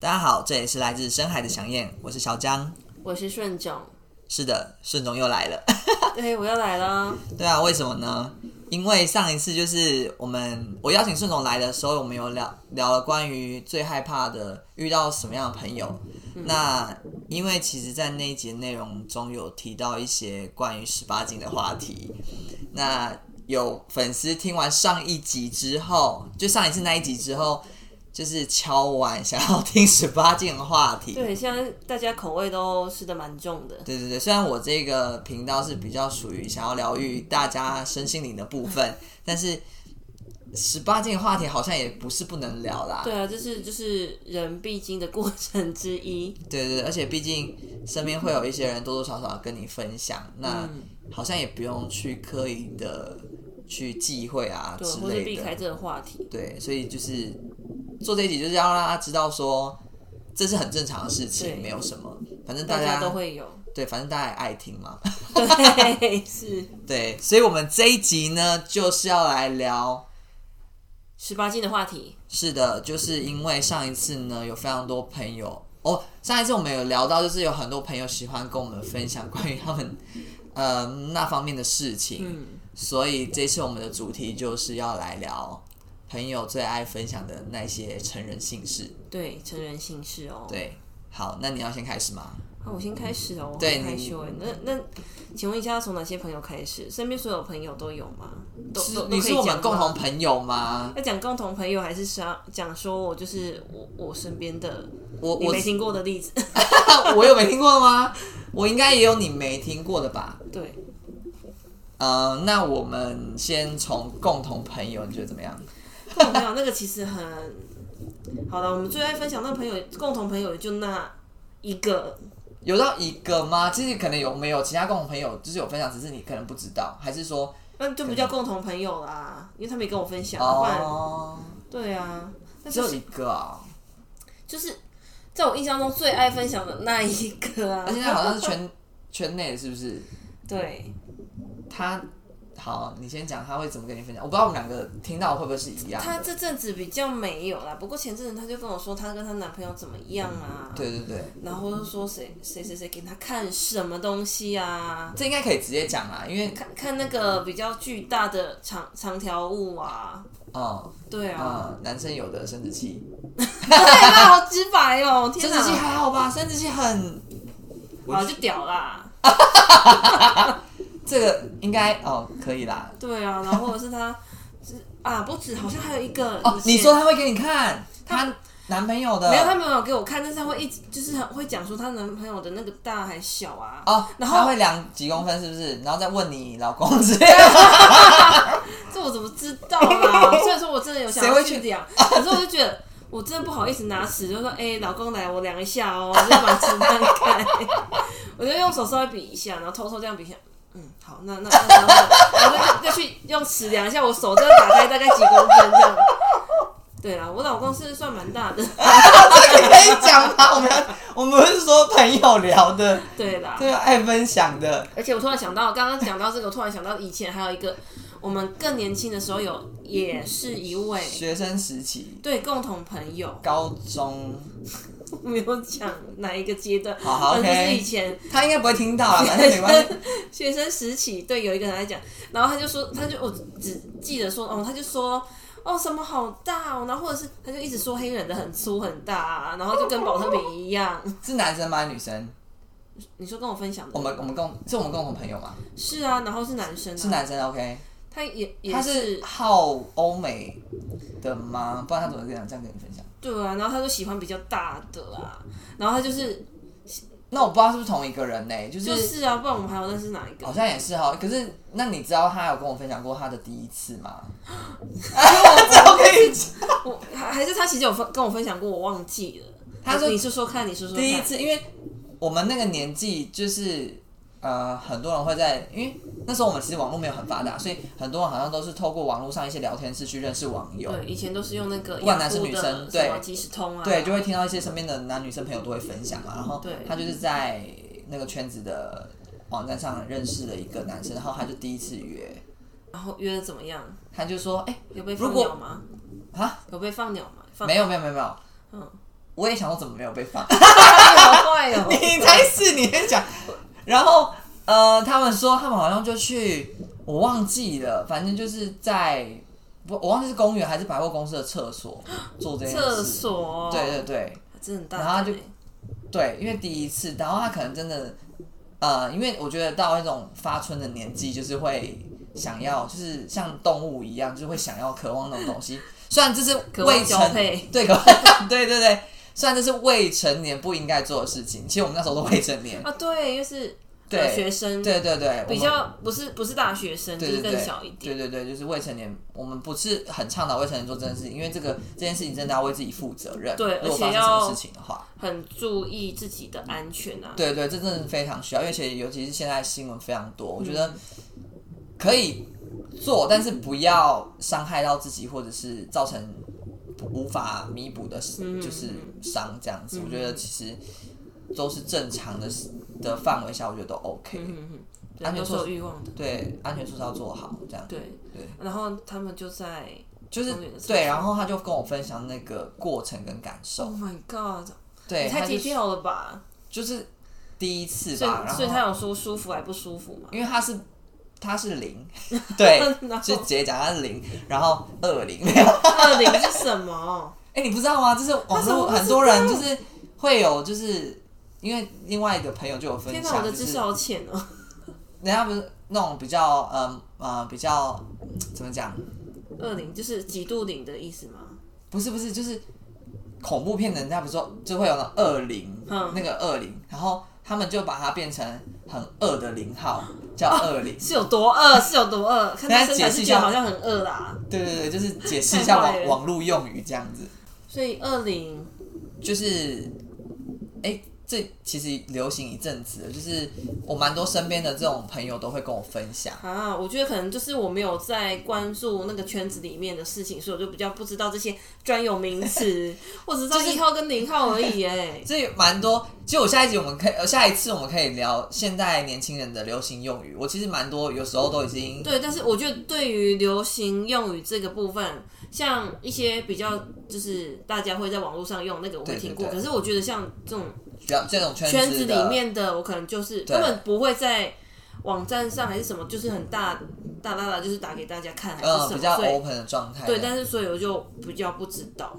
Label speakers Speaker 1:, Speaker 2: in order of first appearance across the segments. Speaker 1: 家好，这里是来自深海的响燕，我是小张。
Speaker 2: 我是顺总，
Speaker 1: 是的，顺总又来了。
Speaker 2: 对，我又来了。
Speaker 1: 对啊，为什么呢？因为上一次就是我们我邀请顺总来的时候，我们有聊聊了关于最害怕的遇到什么样的朋友。那因为其实，在那一节内容中有提到一些关于十八禁的话题。那有粉丝听完上一集之后，就上一次那一集之后，就是敲完想要听十八禁的话题。
Speaker 2: 对，现在大家口味都吃的蛮重的。
Speaker 1: 对对对，虽然我这个频道是比较属于想要疗愈大家身心灵的部
Speaker 2: 嗯
Speaker 1: 分，但是十八禁话题好像也不是不能聊啦。
Speaker 2: 对啊，这是就是人必经的过程之一。
Speaker 1: 对对对，而且毕竟身边会有一些人多多少少跟你分享，那
Speaker 2: 嗯
Speaker 1: 好像也不用去刻意的去忌讳啊
Speaker 2: 对，
Speaker 1: 之
Speaker 2: 或是
Speaker 1: 类
Speaker 2: 避开
Speaker 1: 的。
Speaker 2: 这个话题。
Speaker 1: 对，所以就是做这一集，就是要让大家知道说这是很正常的事
Speaker 2: 对
Speaker 1: 情，没有什么，反正
Speaker 2: 大
Speaker 1: 家
Speaker 2: 家都会 有，
Speaker 1: 对，反正大家也爱听嘛。
Speaker 2: 对，是
Speaker 1: 对，所以我们这一集呢，就是要来聊。
Speaker 2: 十八禁的话题。
Speaker 1: 是的，就是因为上一次呢，有非常多朋友哦，上一次我们有聊到，就是有很多朋友喜欢跟我们分享关于他们呃那方面的事情，
Speaker 2: 嗯，
Speaker 1: 所以这次我们的主题就是要来聊朋友最爱分享的那些成人姓氏。
Speaker 2: 对，成人性事哦。
Speaker 1: 对，好，那你要先开始吗？
Speaker 2: 啊，我先开始哦，我
Speaker 1: 对
Speaker 2: 很害
Speaker 1: 你
Speaker 2: 羞哎。那那，请问一下，要从哪些朋友开始？身边所有朋友都有吗？都
Speaker 1: 是
Speaker 2: 都
Speaker 1: 你是我们共。
Speaker 2: 都可
Speaker 1: 同
Speaker 2: 以讲吗
Speaker 1: 朋友吗？
Speaker 2: 要讲共同朋友，还是想讲说我就是我我身边的
Speaker 1: 我
Speaker 2: 你
Speaker 1: 我
Speaker 2: 没听过的例子？
Speaker 1: 我有没听过吗？我应该也有你没听过的吧？
Speaker 2: 对，
Speaker 1: 呃，那我们先从共同朋友，你觉得怎么样？
Speaker 2: 共同朋友那个其实很好了，我们最爱分享那朋友共同朋友就那一个，
Speaker 1: 有到一个吗？其实可能有没有其他共同朋友，就是有分享，只是你可能不知道，还是说
Speaker 2: 那就不叫共同朋友啦，因为他没跟我分享，不然、
Speaker 1: 哦，
Speaker 2: 对啊，那
Speaker 1: 只
Speaker 2: 就
Speaker 1: 有
Speaker 2: 是
Speaker 1: 一个啊、
Speaker 2: 就是在我印象中最爱分享的那一个啊
Speaker 1: 而，且他好 像是圈圈内的，是不是？
Speaker 2: 对，
Speaker 1: 他好，你先讲他会怎么跟你分享。我不知道我们两个听到会不会是一样
Speaker 2: 她
Speaker 1: 的。
Speaker 2: 这阵子比较没有啦，不过前阵子她就跟我说她跟她男朋友怎么样啊，
Speaker 1: 对对对，
Speaker 2: 然后就说谁谁谁谁给她看什么东西啊，
Speaker 1: 这应该可以直接讲啦，因为
Speaker 2: 看看那个比较巨大的长长条物啊，
Speaker 1: 哦
Speaker 2: 对
Speaker 1: 啊、
Speaker 2: 啊，
Speaker 1: 嗯男生有的生殖器，
Speaker 2: 对吧？好直白哦，天
Speaker 1: 生殖器
Speaker 2: 哪！
Speaker 1: 还好吧？生殖器很
Speaker 2: 啊，就屌啦，
Speaker 1: 这个应该哦可以啦。
Speaker 2: 对啊，然后或者是他，是啊，不止，好像还有一个
Speaker 1: 哦
Speaker 2: 以，前
Speaker 1: 你说她会给你看她男朋友的？
Speaker 2: 没有，他没有给我看，但是他会一直就是很会讲说她男朋友的那个大还小啊，
Speaker 1: 哦，
Speaker 2: 然
Speaker 1: 他
Speaker 2: 后
Speaker 1: 会量几公分是不是？然后再问你老公之类的。
Speaker 2: 这我怎么知道啦？ 虽然说我真的有想
Speaker 1: 谁
Speaker 2: 要
Speaker 1: 会去
Speaker 2: 去量，可是我就觉得我真的不好意思拿尺，就说哎、老公来，我量一下哦，我就把尺摊开， 我就用手稍微比一下，然后偷偷这样比一下。嗯，好，那那那然后然后再再去用尺量一下，我手这样打开大概几公分这样。对啦，我老公是算蛮大的，
Speaker 1: 可以讲吗？我们要我们不是说朋友聊的，
Speaker 2: 对啦。
Speaker 1: 对啊，爱分享的。
Speaker 2: 而且我突然想到，刚刚讲到这个，我突然想到以前还有一个，我们更年轻的时候有，也是一位
Speaker 1: 学生时期，
Speaker 2: 对共同朋友，
Speaker 1: 高中，
Speaker 2: 没有讲哪一个阶段，
Speaker 1: 好好
Speaker 2: 反正呃就是
Speaker 1: OK
Speaker 2: 以前
Speaker 1: 他应该不会听到啦，反正没关 系。
Speaker 2: 学生时期，对，有一个人来讲，然后他就说，他就我只记得说，哦，他就说。哦，什么好大哦，然后或者是他就一直说黑人的很粗很大、啊，然后就跟保特瓶一样。
Speaker 1: 是男生吗？女生？
Speaker 2: 你说跟我分享
Speaker 1: 我
Speaker 2: 的
Speaker 1: 们我们共是我们共同朋友吗？
Speaker 2: 是啊，然后是男生啊，
Speaker 1: 是男生，OK。
Speaker 2: 他也也
Speaker 1: 他
Speaker 2: 是
Speaker 1: 是好欧美的吗？不然他怎么这样这样跟你分享？
Speaker 2: 对啊，然后他就喜欢比较大的啊，然后他就是
Speaker 1: 那我不知道是不是同一个人呢、就是、哦
Speaker 2: 就是啊，不然我们还有认识哪一个
Speaker 1: 好？像也是哈。可是那你知道他有跟我分享过他的第一次吗？
Speaker 2: 我
Speaker 1: 我可以 讲。
Speaker 2: 我还还是他其实有分跟我分享过，我忘记了。
Speaker 1: 他说
Speaker 2: 你说说看，你说说看
Speaker 1: 第一次，因为我们那个年纪就是呃，很多人会在，因为那时候我们其实网络没有很发达，所以很多人好像都是透过网络上一些聊天室去认识网友，
Speaker 2: 对，以前都是用那个不
Speaker 1: 嗯管男生女生对
Speaker 2: 什么即时通啊，
Speaker 1: 对，就会听到一些身边的男女生朋友都会分享嘛。然后
Speaker 2: 嗯对
Speaker 1: 他就是在那个圈子的网站上认识了一个男生，然后他就第一次约，
Speaker 2: 然后约的怎么样？
Speaker 1: 他就说，哎、
Speaker 2: 有被
Speaker 1: 如
Speaker 2: 放
Speaker 1: 果
Speaker 2: 鸟吗？
Speaker 1: 啊，
Speaker 2: 有被放鸟吗？放
Speaker 1: 没有没有没有没有，
Speaker 2: 嗯，
Speaker 1: 我也想说怎么没有被放，
Speaker 2: 好坏哦、
Speaker 1: 你才是你先讲。然后呃，他们说他们好像就去，我忘记了，反正就是在不我忘记是公园还是百货公司的厕所做这件
Speaker 2: 厕
Speaker 1: 事。
Speaker 2: 所，
Speaker 1: 对对对
Speaker 2: 真的很大胆欸，
Speaker 1: 然后就对，因为第一次，然后他可能真的呃，因为我觉得到那种发春的年纪，就是会想要，就是像动物一样，就是会想要渴望那种东西。虽然这是
Speaker 2: 渴望
Speaker 1: 未
Speaker 2: 交
Speaker 1: 成
Speaker 2: 配
Speaker 1: 对，渴对对对，虽然这是未成年不应该做的事情，其实我们那时候都未成年，
Speaker 2: 啊，对，就是
Speaker 1: 对
Speaker 2: 呃学生，
Speaker 1: 对对对，
Speaker 2: 比
Speaker 1: 我们
Speaker 2: 较不是不是大学生，就
Speaker 1: 对
Speaker 2: 是
Speaker 1: 对对
Speaker 2: 更小一点。
Speaker 1: 对对对，就是未成年，我们不是很倡导未成年做这件事情，因为这个这件事情真的要为自己负责任。
Speaker 2: 对
Speaker 1: 如果
Speaker 2: 而且
Speaker 1: 发生什么
Speaker 2: 要
Speaker 1: 事情的话，
Speaker 2: 很注意自己的安全啊。嗯
Speaker 1: 对对，这真的是非常需要，而且尤其是现在新闻非常多，我觉得可以做，但是不要伤害到自己，或者是造成无法弥补的事，
Speaker 2: 嗯
Speaker 1: 就是伤这样子。我觉得其实都是正常的的范围下，我觉得都 OK。
Speaker 2: 嗯嗯嗯，对，
Speaker 1: 安全
Speaker 2: 有
Speaker 1: 措
Speaker 2: 所
Speaker 1: 施嗯
Speaker 2: 欲望的，
Speaker 1: 对，安全措施要做好，这样
Speaker 2: 对
Speaker 1: 对。
Speaker 2: 然后他们就在
Speaker 1: 就是
Speaker 2: 公园的厕所
Speaker 1: 对，然后他就跟我分享那个过程跟感受，
Speaker 2: ，Oh my God，
Speaker 1: 对，
Speaker 2: 你
Speaker 1: 他
Speaker 2: 太
Speaker 1: 就
Speaker 2: 低
Speaker 1: 是
Speaker 2: 调了吧？
Speaker 1: 就是第一次
Speaker 2: 所
Speaker 1: 吧，然
Speaker 2: 以
Speaker 1: 后
Speaker 2: 所以他有说舒服还不舒服嘛？
Speaker 1: 因为他是他是 零，对
Speaker 2: 然，后
Speaker 1: 就直接讲他是零，然后二零没 有，哎、
Speaker 2: 二零是什么？
Speaker 1: 你不知道吗？就是网
Speaker 2: 怎么
Speaker 1: 络
Speaker 2: 不知道
Speaker 1: 很多人就是会有，就是因为另外一个朋友就有分
Speaker 2: 天哪，我
Speaker 1: 享，
Speaker 2: 的
Speaker 1: 就
Speaker 2: 知
Speaker 1: 是
Speaker 2: 识好浅哦。
Speaker 1: 人家不是那种比较呃呃比较嗯怎么讲，
Speaker 2: 二零就是几度零的意思吗？
Speaker 1: 不是不是就是恐怖片的人家不是说就会有那二零、
Speaker 2: 嗯
Speaker 1: 那个二零，然后他们就把它变成很恶的零号，叫二 零、
Speaker 2: 是有多饿？是有 多饿？看他身
Speaker 1: 解
Speaker 2: 材
Speaker 1: 释一
Speaker 2: 是
Speaker 1: 下
Speaker 2: 觉得好像很饿啦。
Speaker 1: 对对对，就是解释一下
Speaker 2: 太坏
Speaker 1: 网
Speaker 2: 了
Speaker 1: 网络用语这样子。
Speaker 2: 所以二零
Speaker 1: 就是，哎、这其实流行一阵子了，就是我蛮多身边的这种朋友都会跟我分享。
Speaker 2: 啊，我觉得可能就是我没有在关注那个圈子里面的事情，所以我就比较不知道这些专有名 词，我只知道一号跟零号而已。哎，
Speaker 1: 这有蛮多，其实我下一集我们可以，呃下一次我们可以聊现代年轻人的流行用语。我其实蛮多，有时候都已经
Speaker 2: 对，但是我觉得对于流行用语这个部分，像一些比较就是大家会在网络上用那个，我会
Speaker 1: 对
Speaker 2: 听过。
Speaker 1: 对
Speaker 2: 可是我觉得像这种
Speaker 1: 比较这种圈
Speaker 2: 圈
Speaker 1: 子
Speaker 2: 子
Speaker 1: 的
Speaker 2: 里面的，我可能就是
Speaker 1: 对
Speaker 2: 他们不会在网站上还是什么，就是很大大大大，就是打给大家看还是
Speaker 1: 呃
Speaker 2: 什
Speaker 1: 比
Speaker 2: 么，
Speaker 1: 较
Speaker 2: 所以
Speaker 1: open 的状态。
Speaker 2: 对，但是所以我就比较不知道，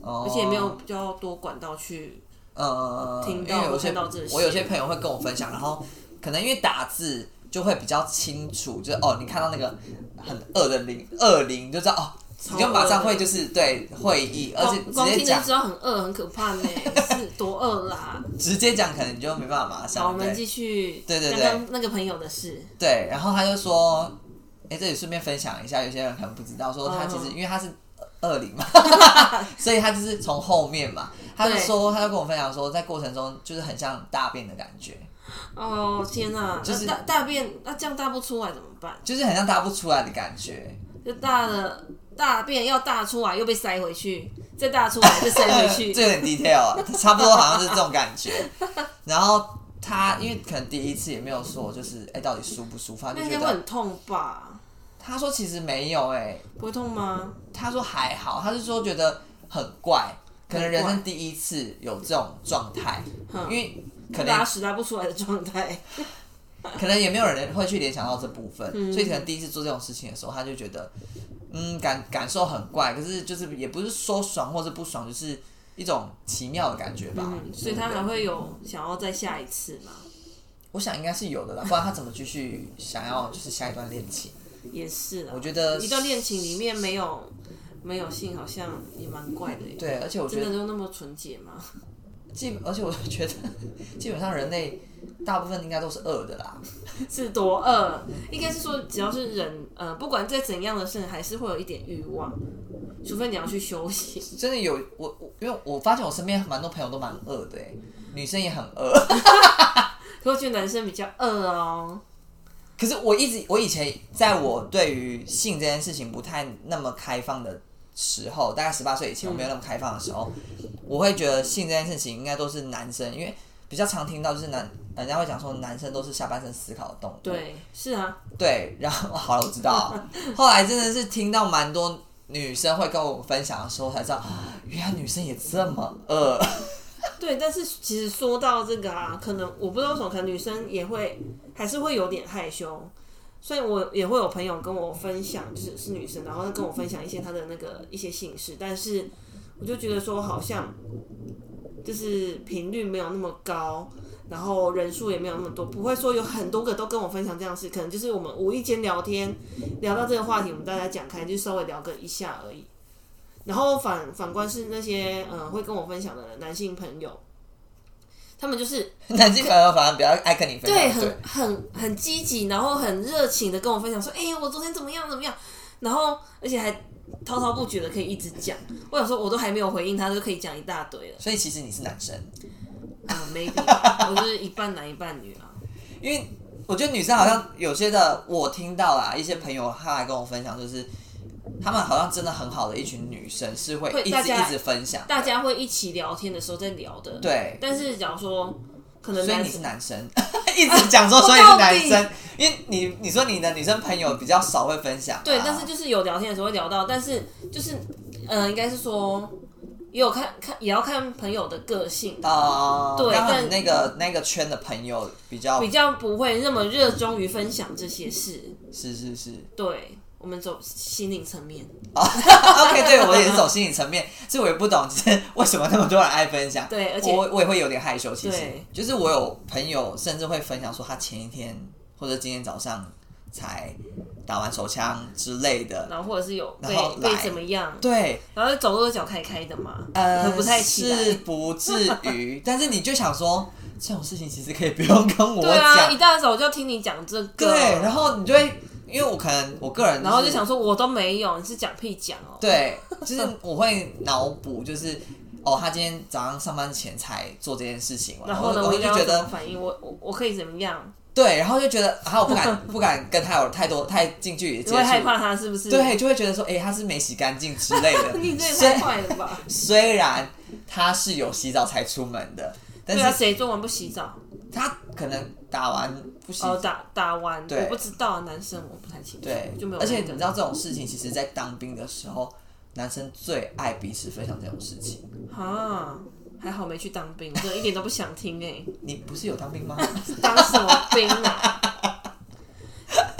Speaker 1: 哦、
Speaker 2: 而且也没有比较多管道去。
Speaker 1: 呃，
Speaker 2: 听到
Speaker 1: 因为有些
Speaker 2: 看到这些
Speaker 1: 我有些朋友会跟我分享，然后可能因为打字就会比较清楚，就是哦，你看到那个很恶的零二零，就知道哦，你就马上会就是对会议，而且
Speaker 2: 光光
Speaker 1: 直接
Speaker 2: 听就
Speaker 1: 讲
Speaker 2: 知道很饿，很可怕呢，是多 饿啦！
Speaker 1: 直接讲，可能你就没办法马
Speaker 2: 好，我
Speaker 1: 上
Speaker 2: 们
Speaker 1: 对
Speaker 2: 继续
Speaker 1: 对对对
Speaker 2: 刚刚那个朋友的事，
Speaker 1: 对。然后他就说，哎，这里顺便分享一下，有些人可能不知道，说他其实因
Speaker 2: 嗯
Speaker 1: 为他是二零 嘛，所以他就是从后面嘛，他就
Speaker 2: 对
Speaker 1: 说他就跟我分享说，在过程中就是很像大便的感觉。
Speaker 2: 哦天哪、
Speaker 1: 就是
Speaker 2: 那大大便，那这样大不出来怎么办？
Speaker 1: 就是很像大不出来的感觉，
Speaker 2: 就大了大便要大出来，又被塞回去，再大出来再塞回去，
Speaker 1: 嗯 这有点 detail 啊，差不多好像是这种感觉。然后他因为可能第一次也没有说，就是哎、到底舒不舒服，他就
Speaker 2: 那应
Speaker 1: 觉
Speaker 2: 该会
Speaker 1: 得
Speaker 2: 很痛吧？
Speaker 1: 他说其实没有哎、
Speaker 2: 不会痛吗？
Speaker 1: 他说还好，他是说觉得很怪，可能人生第一次有这种状态，
Speaker 2: 嗯
Speaker 1: 因为可能
Speaker 2: 拉屎拉不出来的状态，
Speaker 1: 可能也没有人会去联想到这部分，
Speaker 2: 嗯
Speaker 1: 所以可能第一次做这种事情的时候，他就觉得嗯感感受很怪，可是就是也不是说爽或者不爽，就是一种奇妙的感觉吧。
Speaker 2: 嗯，所以他还会有想要再下一次嘛？
Speaker 1: 我想应该是有的啦，不然他怎么继续想要就是下一段恋情？
Speaker 2: 也是啦，
Speaker 1: 我觉得
Speaker 2: 一段恋情里面没有没有性，好像也蛮怪的耶。
Speaker 1: 对，而且我觉
Speaker 2: 真
Speaker 1: 得
Speaker 2: 的就那么纯 洁吗？
Speaker 1: 基，而且我觉得基本上人类大部分应该都是恶的啦。
Speaker 2: 是多饿？应该是说，只要是人，呃，不管在怎样的事，还是会有一点欲望，除非你要去修行。
Speaker 1: 真的有我，我因为我发现我身边蛮多朋友都蛮恶的、欸，女生也很恶。
Speaker 2: 可我觉得男生比较饿哦。
Speaker 1: 可是我一直我以前在我对于性这件事情不太那么开放的时候，大概十八岁以前我没有那么开放的时候，我会觉得性这件事情应该都是男生，因为比较常听到就是男人家会讲说男生都是下半身思考的动物。
Speaker 2: 对，是啊，
Speaker 1: 对，然后好了，我知道啊。后来真的是听到蛮多女生会跟我分享的时候，才知道啊原来女生也这么 饿。
Speaker 2: 对，但是其实说到这个啊，可能我不知道为什么，可能女生也会还是会有点害羞，所以我也会有朋友跟我分享，就是是女生，然后她跟我分享一些她的那个一些姓氏，但是我就觉得说好像就是频率没有那么高，然后人数也没有那么多，不会说有很多个都跟我分享这样的事，可能就是我们无意间聊天聊到这个话题，我们大家讲开就稍微聊个一下而已。然后反反观是那些嗯、呃会跟我分享的男性朋友，他们就是
Speaker 1: 男性朋友反而比较爱跟你分
Speaker 2: 对
Speaker 1: 享，
Speaker 2: 很很很积极，然后很热情的跟我分享说，哎、我昨天怎么样怎么样，然后而且还滔滔不绝的可以一直讲。我想说，我都还没有回应他，就可以讲一大堆了。
Speaker 1: 所以其实你是男生，
Speaker 2: 嗯、m a y b e 我就是一半男一半女啊。
Speaker 1: 因为我觉得女生好像有些的，我听到啦，一些朋友她来跟我分享，就是她们好像真的很好的一群女生是会
Speaker 2: 会
Speaker 1: 一
Speaker 2: 大
Speaker 1: 直
Speaker 2: 家
Speaker 1: 一直分享，
Speaker 2: 大家会一起聊天的时候在聊的，。
Speaker 1: 对，
Speaker 2: 但是假如说可能
Speaker 1: 所以
Speaker 2: 男
Speaker 1: 你
Speaker 2: 生
Speaker 1: 是男生， 一直讲 说所以是男生，因为你你说你的女生朋友比较少会分享啊、
Speaker 2: 对，但是就是有聊天的时候会聊到，但是就是嗯、呃应该是说也有看看，也要看朋友的个性，
Speaker 1: 哦，
Speaker 2: 对
Speaker 1: 刚好
Speaker 2: 但
Speaker 1: 你那个那个圈的朋友比较
Speaker 2: 比较不会那么热衷于分享这些事。
Speaker 1: 是是是
Speaker 2: 对，我们走心灵层面，
Speaker 1: 啊，OK，对我也是走心理层面，所以我也不懂就是 为什么那么多人爱分享，
Speaker 2: 对而且
Speaker 1: 我我也会有点害羞，其实
Speaker 2: 对
Speaker 1: 就是我有朋友甚至会分享说他前一天或者今天早上才打完手枪之类的，
Speaker 2: 然后或者是有被
Speaker 1: 然后
Speaker 2: 被
Speaker 1: 来
Speaker 2: 怎么样，
Speaker 1: 对，
Speaker 2: 然后走路的脚开开的嘛，
Speaker 1: 呃，
Speaker 2: 会不太期
Speaker 1: 是
Speaker 2: 待。
Speaker 1: 不至 于，但是你就想说这种事情其实可以不用跟我
Speaker 2: 对啊，
Speaker 1: 讲，
Speaker 2: 一大早就要听你讲这个，
Speaker 1: 对，然后你就会，因为我可能我个人、
Speaker 2: 然后就想说我都没有，你是讲屁讲哦、
Speaker 1: 对，就是我会脑补，就是哦，他今天早上上班前才做这件事情，
Speaker 2: 然后呢，
Speaker 1: 我
Speaker 2: 我
Speaker 1: 我
Speaker 2: 应该
Speaker 1: 就
Speaker 2: 要
Speaker 1: 觉
Speaker 2: 怎
Speaker 1: 得
Speaker 2: 么反应？我我我可以怎么样？
Speaker 1: 对，然后就觉得啊，我不敢不敢跟他有太多太近距离的
Speaker 2: 你
Speaker 1: 接
Speaker 2: 会害
Speaker 1: 触。
Speaker 2: 怕他是不是？
Speaker 1: 对，，就会觉得说，哎、他是没洗干净之类的。
Speaker 2: 你这也
Speaker 1: 虽
Speaker 2: 太坏了吧！
Speaker 1: 虽然他是有洗澡才出门的，但
Speaker 2: 对啊，
Speaker 1: 是
Speaker 2: 谁做完不洗澡？
Speaker 1: 他可能打完不洗
Speaker 2: 哦，打打完，
Speaker 1: 对
Speaker 2: 我不知道啊，男生我不太清楚，
Speaker 1: 对，
Speaker 2: 就没有。
Speaker 1: 而且你知，道这种事情，其实在当兵的时候，男生最爱彼此分享这种事情。
Speaker 2: 啊，还好没去当兵，真的一点都不想听哎、
Speaker 1: 你不是有当兵吗？
Speaker 2: 当什么兵啊？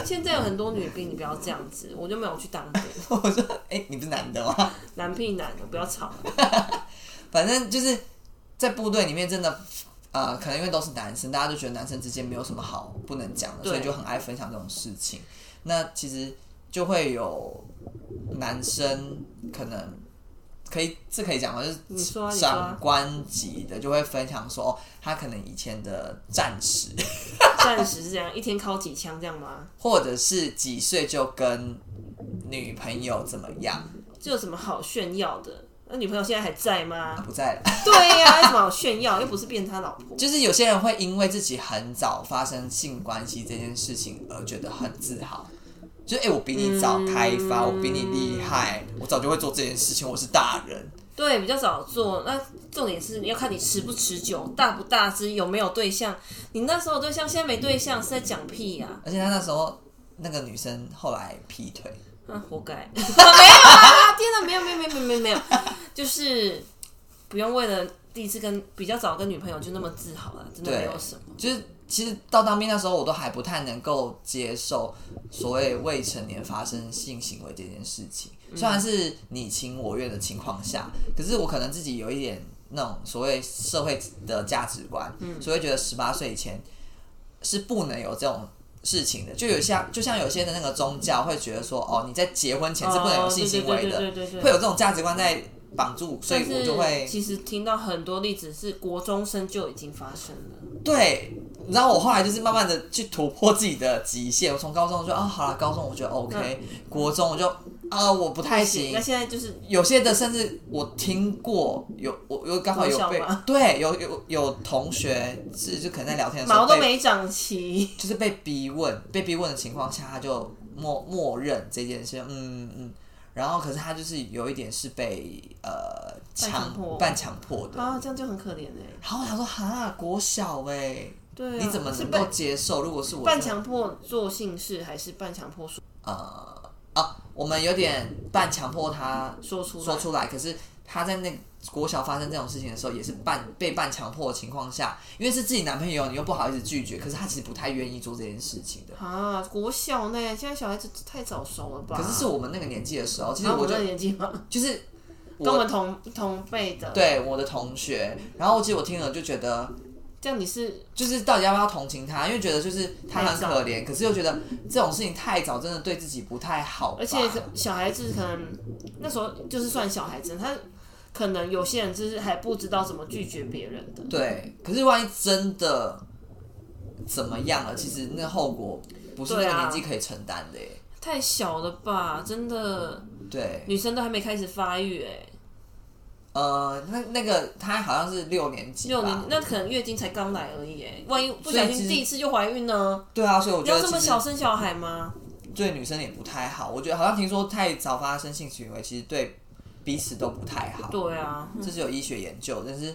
Speaker 2: 现在有很多女兵，你不要这样子，我就没有去当兵，
Speaker 1: 我说，哎、你不是男的吗？
Speaker 2: 男屁男的，不要吵。
Speaker 1: 反正就是在部队里面，真的，呃，可能因为都是男生，大家就觉得男生之间没有什么好不能讲的，
Speaker 2: 对
Speaker 1: 所以就很爱分享这种事情。那其实就会有男生可能。可以，这可以讲吗？就是
Speaker 2: 你说啊你说啊
Speaker 1: 长官级的就会分享说，哦，他可能以前的战史，
Speaker 2: 暂时是这样，一天敲几枪这样吗？
Speaker 1: 或者是几岁就跟女朋友怎么样？
Speaker 2: 这有什么好炫耀的？那女朋友现在还在
Speaker 1: 啊
Speaker 2: 吗？
Speaker 1: 不在了，
Speaker 2: 对呀、有什么好炫耀？又不是变他老婆。
Speaker 1: 就是有些人会因为自己很早发生性关系这件事情而觉得很自豪，就哎、欸我比你早开发，我比你厉害，我早就会做这件事情，我是大人。
Speaker 2: 对，比较早做。那重点是你要看你持不持久，大不大只，有没有对象。你那时候有对象，现在没对象，是在讲屁呀、
Speaker 1: 而且他那时候那个女生后来劈腿，
Speaker 2: 那活该。 没有啊！天哪，没有没有没有没有没有没有，就是不用为了第一次跟比较早跟女朋友就那么自豪了，真的
Speaker 1: 对
Speaker 2: 没有什么。
Speaker 1: 就是其实到当兵那时候，我都还不太能够接受所谓未成年发生性行为这件事情。
Speaker 2: 嗯
Speaker 1: 虽然是你情我愿的情况下，可是我可能自己有一点那种所谓社会的价值观，
Speaker 2: 嗯
Speaker 1: 所以会觉得十八岁以前是不能有这种。事情的，就有像就像有些的那个宗教会觉得说，哦，你在结婚前是不能有性行为的，
Speaker 2: 哦对对对对对对
Speaker 1: 会有这种价值观在绑住，所以我就
Speaker 2: 但
Speaker 1: 会
Speaker 2: 是其实听到很多例子是国中生就已经发生
Speaker 1: 嗯
Speaker 2: 了，
Speaker 1: 对，你知道我后来就是慢慢的去突破自己的极限。我从高中我就啊、好了，高中我觉得 OK，、国中我就啊、我不太行
Speaker 2: 嗯那。现在就是
Speaker 1: 有些的甚至我听过，有我有刚好有
Speaker 2: 国
Speaker 1: 被
Speaker 2: 小吗
Speaker 1: 对有有有同学是就可能在聊天的时
Speaker 2: 毛
Speaker 1: 候被
Speaker 2: 都没长齐，
Speaker 1: 就是被逼问，被逼问的情况下，他就默默认这件事，嗯嗯。然后可是他就是有一点是被呃
Speaker 2: 强
Speaker 1: 强
Speaker 2: 迫
Speaker 1: 半强迫的。
Speaker 2: 啊，这样就很可怜哎、
Speaker 1: 然后我想说哈国小哎、
Speaker 2: 对啊，
Speaker 1: 你怎么
Speaker 2: 是
Speaker 1: 能够
Speaker 2: 半
Speaker 1: 接受？如果是我
Speaker 2: 半
Speaker 1: 就
Speaker 2: 强迫做性事还是半强迫说？
Speaker 1: 呃啊，我们有点半强迫他
Speaker 2: 说出来
Speaker 1: 说出来，可是他在那国小发生这种事情的时候，也是半被半强迫的情况下，因为是自己男朋友，你又不好意思拒绝，可是他其实不太愿意做这件事情的。
Speaker 2: 啊，国小呢，现在小孩子太早熟了吧？
Speaker 1: 可是是我们那个年纪的时候，其实
Speaker 2: 然后
Speaker 1: 我
Speaker 2: 我
Speaker 1: 就
Speaker 2: 这个年纪嘛，
Speaker 1: 就是
Speaker 2: 跟我们同同辈的，
Speaker 1: 对我的同学，然后我其实我听了就觉得，
Speaker 2: 这样你是
Speaker 1: 就是到底要不要同情他，因为觉得就是他很可怜，可是又觉得这种事情太早，真的对自己不太好吧。
Speaker 2: 而且可小孩子可能那时候就是算小孩子，他可能有些人就是还不知道怎么拒绝别人的。
Speaker 1: 对，可是万一真的怎么样了，其实那后果不是那
Speaker 2: 对
Speaker 1: 个
Speaker 2: 啊
Speaker 1: 年纪可以承担的耶。
Speaker 2: 太小了吧，真的，
Speaker 1: 对，
Speaker 2: 女生都还没开始发育哎、
Speaker 1: 呃，那那个他好像是六年级
Speaker 2: 六年
Speaker 1: 吧？
Speaker 2: 那可能月经才刚来而已哎、万一不
Speaker 1: 所以
Speaker 2: 小
Speaker 1: 其
Speaker 2: 心
Speaker 1: 实
Speaker 2: 第一次就怀孕呢？
Speaker 1: 对啊，所以我觉
Speaker 2: 要
Speaker 1: 得
Speaker 2: 这么
Speaker 1: 其实
Speaker 2: 小生小孩吗？
Speaker 1: 对女生也不太好。我觉得好像听说太早发生性行为，其实对彼此都不太好。
Speaker 2: 对啊，
Speaker 1: 这是有医学研究，但是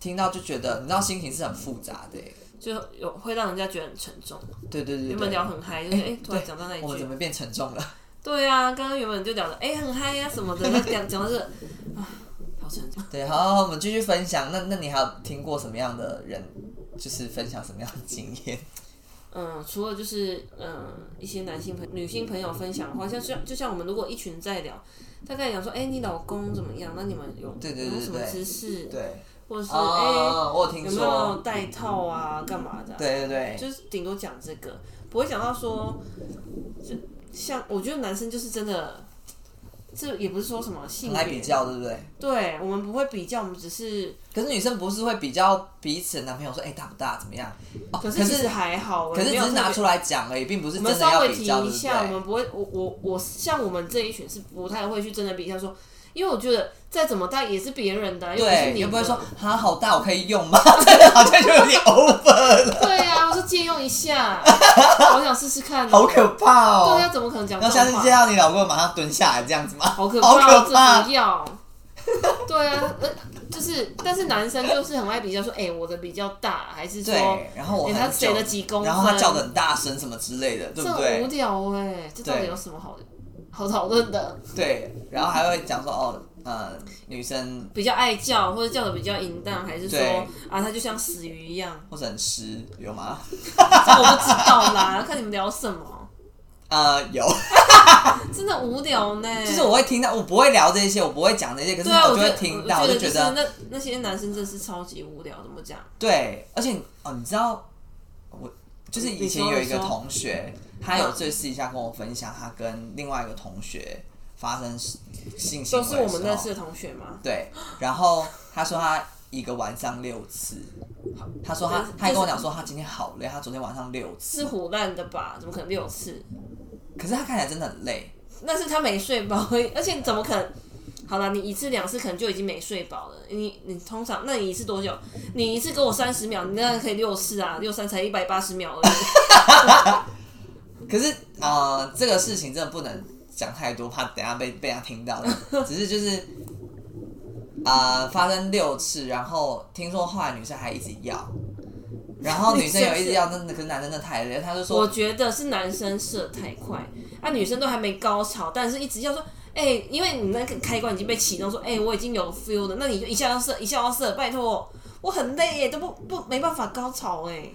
Speaker 1: 听到就觉得，你知道心情是很复杂的耶。
Speaker 2: 就有会让人家觉得很沉重。
Speaker 1: 对对对
Speaker 2: 原本
Speaker 1: 对
Speaker 2: 聊很嗨，就是哎、突然讲到那一
Speaker 1: 我们
Speaker 2: 句
Speaker 1: 怎，么变沉重了？
Speaker 2: 对啊，刚刚原本就讲了哎、很嗨呀、什么的，讲讲 到这个，啊，好沉重。
Speaker 1: 对，好，我们继续分享。那那你还有听过什么样的人，就是分享什么样的经验？
Speaker 2: 嗯，除了就是嗯一些男性朋女性朋友分享的话，像像就像我们如果一群在聊，大概讲说，哎、你老公怎么样？那你们有
Speaker 1: 对对
Speaker 2: 有没有
Speaker 1: 对
Speaker 2: 什么
Speaker 1: 对
Speaker 2: 姿势，
Speaker 1: 对，
Speaker 2: 或者是哎、
Speaker 1: 哦，我有听
Speaker 2: 有没有
Speaker 1: 说，
Speaker 2: 戴套啊，干嘛的啊、
Speaker 1: 对对对，
Speaker 2: 就是顶多讲这个，不会讲到说，就像我觉得男生就是真的，这也不是说什么性
Speaker 1: 很
Speaker 2: 别
Speaker 1: 爱比，较，对不对？
Speaker 2: 对我们不会比较，我们只是，
Speaker 1: 可是女生不是会比较彼此的男朋友说，哎、大不大，怎么样？哦，可
Speaker 2: 可是其实
Speaker 1: 是
Speaker 2: 还好，
Speaker 1: 可是
Speaker 2: 没
Speaker 1: 只
Speaker 2: 有
Speaker 1: 是
Speaker 2: 特
Speaker 1: 拿
Speaker 2: 别
Speaker 1: 出来讲而已，并不是真
Speaker 2: 我们
Speaker 1: 的
Speaker 2: 稍
Speaker 1: 要
Speaker 2: 微
Speaker 1: 比
Speaker 2: 提
Speaker 1: 较，
Speaker 2: 一
Speaker 1: 对不
Speaker 2: 下，我
Speaker 1: 对？
Speaker 2: 们不会，我我我像我们这一群是不太会去真的比较说，因为我觉得再怎么戴也是别人的啊，又不是
Speaker 1: 对，
Speaker 2: 你
Speaker 1: 又不会
Speaker 2: 的
Speaker 1: 说啊，好大，我可以用吗？ 这个好像就有点哦 over 了，
Speaker 2: 对啊，我说借用 一下，我想试试看，
Speaker 1: 好可怕哦！
Speaker 2: 对啊，怎么可能讲
Speaker 1: 然
Speaker 2: 这
Speaker 1: 后下
Speaker 2: 种
Speaker 1: 次
Speaker 2: 话
Speaker 1: 见？到你老公，马上蹲下来这样子吗？
Speaker 2: 好可怕，哦
Speaker 1: 好可
Speaker 2: 这
Speaker 1: 怕！
Speaker 2: 不要。 对啊，呃，就是，但是男生就是很爱比较，说，哎、我的比较大，还是说，
Speaker 1: 对，然后我
Speaker 2: 哎
Speaker 1: 很
Speaker 2: 他
Speaker 1: 久
Speaker 2: 谁的几公分，
Speaker 1: 然后他叫的很大声什么之类的，对
Speaker 2: 这
Speaker 1: 不
Speaker 2: 很无
Speaker 1: 对？
Speaker 2: 聊哎、这到底
Speaker 1: 对
Speaker 2: 有什么好好讨论的？
Speaker 1: 对，然后还会讲说哦，呃，女生
Speaker 2: 比较爱叫，或者叫的比较淫荡，还是说
Speaker 1: 对
Speaker 2: 啊，他就像死鱼一样？
Speaker 1: 或者很湿有吗？
Speaker 2: 这我不知道啦，看你们聊什么，
Speaker 1: 呃，有，
Speaker 2: 真的无聊呢。
Speaker 1: 就是我会听到，我不会聊这些，我不会讲这些，可是
Speaker 2: 对啊，
Speaker 1: 就
Speaker 2: 觉
Speaker 1: 会
Speaker 2: 得
Speaker 1: 听到，
Speaker 2: 我
Speaker 1: 就
Speaker 2: 觉
Speaker 1: 觉
Speaker 2: 就是
Speaker 1: 得
Speaker 2: 那那些男生真的是超级无聊，怎么讲？
Speaker 1: 对，而且哦，你知道我就是以前
Speaker 2: 你说
Speaker 1: 有一个
Speaker 2: 你说
Speaker 1: 同学，他有最私底下跟我分享，他跟另外一个同学发生性行
Speaker 2: 都
Speaker 1: 为的时
Speaker 2: 是
Speaker 1: 候，
Speaker 2: 我们认识的同学吗？
Speaker 1: 对，然后他说他一个晚上六次，他说他
Speaker 2: 就是
Speaker 1: 他还跟我讲说他今天好累，他昨天晚上六
Speaker 2: 是
Speaker 1: 次，
Speaker 2: 虎烂的吧？怎么可能六次？
Speaker 1: 可是他看起来真的很累，
Speaker 2: 那是他没睡饱而已，而且怎么可能？好了，你一次两次可能就已经没睡饱了。你你通常，那你一次多久？你一次给我三十秒，你那可以六次啊，六三才一百八十秒而 已。
Speaker 1: 可是呃这个事情真的不能讲太多，怕等一下被被人家听到，只是就是。呃，发生六次，然后听说后来女生还一直要，然后女生 有一直要，那那可是男生真的太累了，他就
Speaker 2: 我
Speaker 1: 说，
Speaker 2: 觉得是男生射太快，啊，女生都还没高潮，但是一直要说，哎、因为你那个开关已经被启动，说，哎、我已经有 feel 了，那你就一下要射，一下要射，拜托，我很累耶，都不不没办法高潮哎。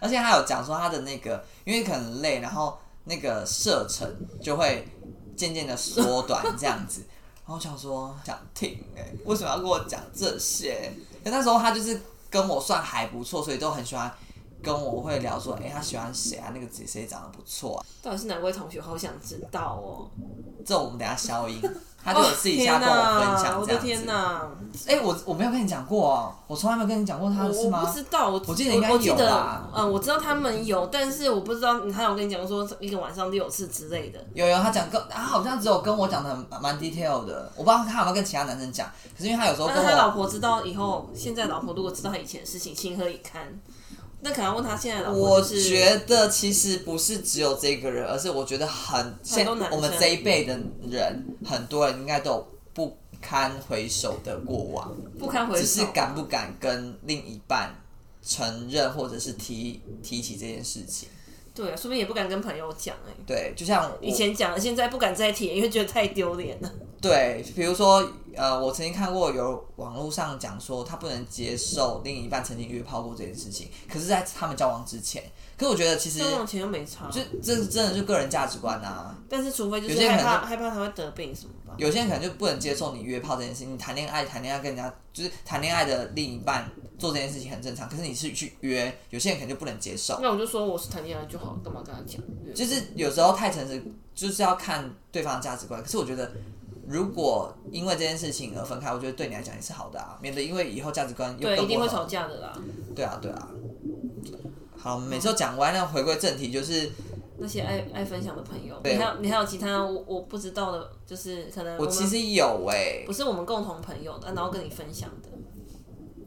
Speaker 1: 而且他有讲说他的那个，因为可能累，然后那个射程就会渐渐的缩短这样子。然后我想说想听哎、为什么要跟我讲这些？可那时候他就是跟我算还不错，所以都很喜欢跟我会聊说，哎、他喜欢谁啊？那个谁谁长得不错、啊，
Speaker 2: 到底是哪位同学？好想知道 哦。
Speaker 1: 这我们等一下消音。他就有私底下跟我分享
Speaker 2: 哦天哪
Speaker 1: 这
Speaker 2: 我的
Speaker 1: 样
Speaker 2: 天
Speaker 1: 子。
Speaker 2: 哪！
Speaker 1: 哎、我我没有跟你讲过哦，我从来没有跟你讲过他的
Speaker 2: 我
Speaker 1: 事
Speaker 2: 我
Speaker 1: 啊吗
Speaker 2: 不？知道，我
Speaker 1: 我
Speaker 2: 我
Speaker 1: 记得应该有
Speaker 2: 我记
Speaker 1: 吧
Speaker 2: 得，嗯，我知道他们有，但是我不知道他有跟你讲说一个晚上六次之类的。
Speaker 1: 有有，他讲跟他好像只有跟我讲的蛮蛮 detail 的，我不知道他有没有跟其他男生讲。可是因为他有时候
Speaker 2: 但
Speaker 1: 哦跟
Speaker 2: 是他老
Speaker 1: 我，
Speaker 2: 婆知道以后，现在老婆如果知道他以前的事情，情何以堪？那可能问他现在的老婆、
Speaker 1: 我
Speaker 2: 就是，
Speaker 1: 觉得其实不是只有这个人，而是我觉得很现
Speaker 2: 多男生
Speaker 1: 我们这一辈的人，很多人应该都有不堪回首的过往，
Speaker 2: 不堪回首，
Speaker 1: 只是敢不敢跟另一半承认或者是提提起这件事情。
Speaker 2: 对啊，说不定也不敢跟朋友讲哎、
Speaker 1: 对，就像我
Speaker 2: 以前讲了，现在不敢再提，因为觉得太丢脸了。
Speaker 1: 对，比如说呃，我曾经看过有网络上讲说他不能接受另一半曾经约炮过这件事情，可是，在他们交往之前，可是我觉得其实
Speaker 2: 交往前又没差，
Speaker 1: 就这真的是个人价值观啊。
Speaker 2: 但是除非就
Speaker 1: 有
Speaker 2: 是
Speaker 1: 些人
Speaker 2: 害
Speaker 1: 可能
Speaker 2: 怕害怕他会得病什么吧。
Speaker 1: 有些人可能就不能接受你约炮这件事情，你谈恋爱谈恋爱跟人家就是谈恋爱的另一半做这件事情很正常，可是你是去约，有些人可能就不能接受。
Speaker 2: 那我就说我是谈恋爱就好，干嘛跟他讲？
Speaker 1: 就是有时候太诚实，就是要看对方的价值观。可是我觉得，如果因为这件事情而分开，我觉得对你来讲也是好的啊，免得因为以后价值观又
Speaker 2: 对，
Speaker 1: 更
Speaker 2: 一定
Speaker 1: 不
Speaker 2: 会
Speaker 1: 同
Speaker 2: 吵架的啦。
Speaker 1: 对啊，对啊。好，我们每次都讲完了，回归正题，就是
Speaker 2: 那些爱爱分享的朋友，
Speaker 1: 对
Speaker 2: 你还有你还有其他我我不知道的，就是可能
Speaker 1: 我
Speaker 2: 们
Speaker 1: 其实有哎、
Speaker 2: 不是我们共同朋友的，然后跟你分享的。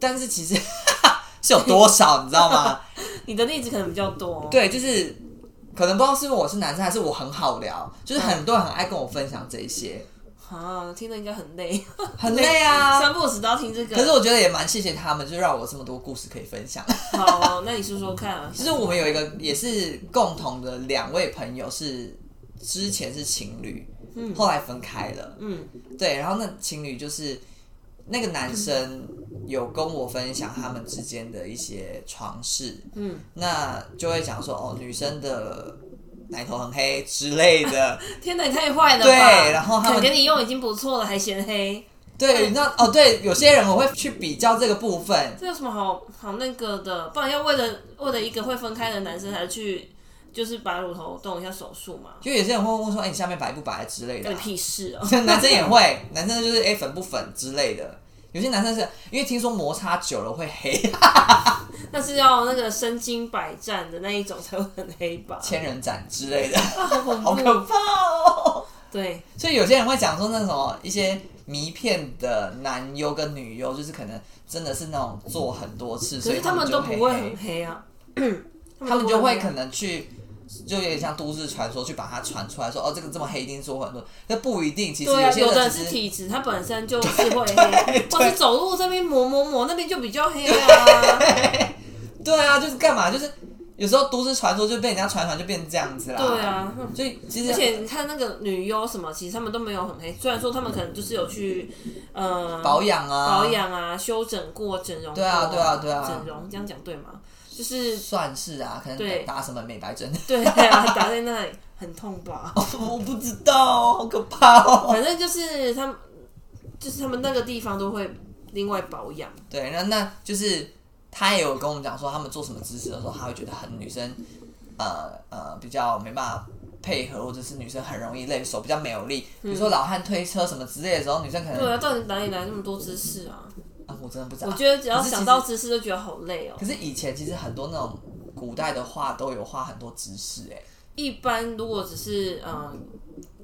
Speaker 1: 但是其实 是有多少，你知道吗？
Speaker 2: 你的例子可能比较多， 哦
Speaker 1: 对，就是可能不知道是因为我是男生，还是我很好聊，就是很多人很爱跟我分享这一些，
Speaker 2: 啊，听了应该很累，
Speaker 1: 很累啊。
Speaker 2: 三不五时都要听这个。
Speaker 1: 可是我觉得也蛮谢谢他们，就让我这么多故事可以分享。
Speaker 2: 好，那你说说看啊，
Speaker 1: 就是我们有一个也是共同的两位朋友是之前是情侣，后来分开了。
Speaker 2: 嗯，
Speaker 1: 对，然后那情侣就是那个男生有跟我分享他们之间的一些床事，
Speaker 2: 嗯，
Speaker 1: 那就会讲说哦，女生的奶头很黑之类 的，
Speaker 2: 天哪，你太坏了吧！
Speaker 1: 对然后他们
Speaker 2: 肯给你用已经不错了，还嫌黑，
Speaker 1: 对，你知道哦，对，有些人我会去比较这个部分，
Speaker 2: 这有什么好好那个的？不然要为了为了一个会分开的男生还去就是把乳头动一下手术嘛？
Speaker 1: 就有些人会问说，哎、你下面白不白之类的
Speaker 2: 关
Speaker 1: 啊、
Speaker 2: 你屁事哦！
Speaker 1: 男生也会，男生就是哎、诶粉不粉之类的。有些男生是因为听说摩擦久了会黑，
Speaker 2: 那是要那个身经百战的那一种才会很黑吧？
Speaker 1: 千人斩之类 的，
Speaker 2: 啊，好恐
Speaker 1: 好可
Speaker 2: 怖！
Speaker 1: 怕哦。
Speaker 2: 对，
Speaker 1: 所以有些人会讲说那什么一些迷片的男优跟女优，就是可能真的是那种做很多次，
Speaker 2: 可
Speaker 1: 所以
Speaker 2: 是他们
Speaker 1: 就
Speaker 2: 都
Speaker 1: 黑
Speaker 2: 不会
Speaker 1: 黑
Speaker 2: 很黑啊，
Speaker 1: 他
Speaker 2: 他
Speaker 1: 们就会
Speaker 2: 很黑啊
Speaker 1: 可能去，就有点像都市传说去把它传出来说，哦，这个这么黑一定做很多，那不一定。其实
Speaker 2: 对啊，
Speaker 1: 些
Speaker 2: 有的
Speaker 1: 人
Speaker 2: 人
Speaker 1: 只
Speaker 2: 是
Speaker 1: 是
Speaker 2: 体质，他本身就是会黑，或是走路这边磨磨磨，那边就比较黑啊。
Speaker 1: 对啊，就是干嘛？就是有时候都市传说就被人家传传，就变成这样子啦。
Speaker 2: 对，啊，嗯
Speaker 1: 所以其
Speaker 2: 而
Speaker 1: 实
Speaker 2: 且你看那个女优什么，其实他们都没有很黑，虽然说他们可能就是有去呃
Speaker 1: 保养啊，
Speaker 2: 保养啊、修整过、整容过，
Speaker 1: 对啊对啊对啊
Speaker 2: 整容这样讲对吗？就是
Speaker 1: 算是啊，可能
Speaker 2: 对
Speaker 1: 打什么美白针，
Speaker 2: 对啊，打在那里很痛吧？
Speaker 1: 我不知道，好可怕哦。
Speaker 2: 反正就是他们，就是他们那个地方都会另外保养。
Speaker 1: 对，那那就是他也有跟我们讲说，他们做什么姿势的时候，他会觉得很女生，呃呃，比较没办法。配合或者是女生很容易累，手比较没有力，比如说老汉推车什么之类的时候，女生可能
Speaker 2: 对啊，到底哪里来那么多姿势啊？
Speaker 1: 啊，我真的不知道。
Speaker 2: 我觉得只要
Speaker 1: 可是其
Speaker 2: 想
Speaker 1: 实
Speaker 2: 到姿势就觉得好累哦
Speaker 1: 可。是以前其实很多那种古代的画都有画很多姿势，哎，
Speaker 2: 一般如果只是嗯、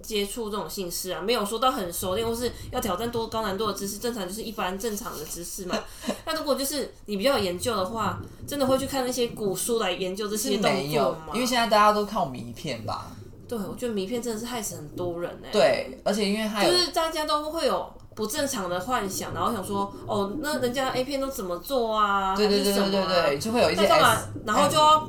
Speaker 2: 接触这种姓氏啊，没有说到很熟练或是要挑战多高难度的知识，正常就是一般正常的知识 嘛。那如果就是你比较有研究的话，真的会去看那些古书来研究这
Speaker 1: 是
Speaker 2: 些动
Speaker 1: 没
Speaker 2: 作
Speaker 1: 有
Speaker 2: 吗？，
Speaker 1: 因为现在大家都靠迷片吧？
Speaker 2: 对我觉得名片真的是害死很多人哎、，
Speaker 1: 对，而且因为还有、
Speaker 2: 就是大家都会有。不正常的幻想，然后想说，哦，那人家 A 片都怎么做啊？
Speaker 1: 对对对
Speaker 2: 还是
Speaker 1: 对
Speaker 2: 什么
Speaker 1: 对
Speaker 2: 啊
Speaker 1: 对，就会有一些
Speaker 2: 那干
Speaker 1: S, 哎
Speaker 2: 嘛？然后就要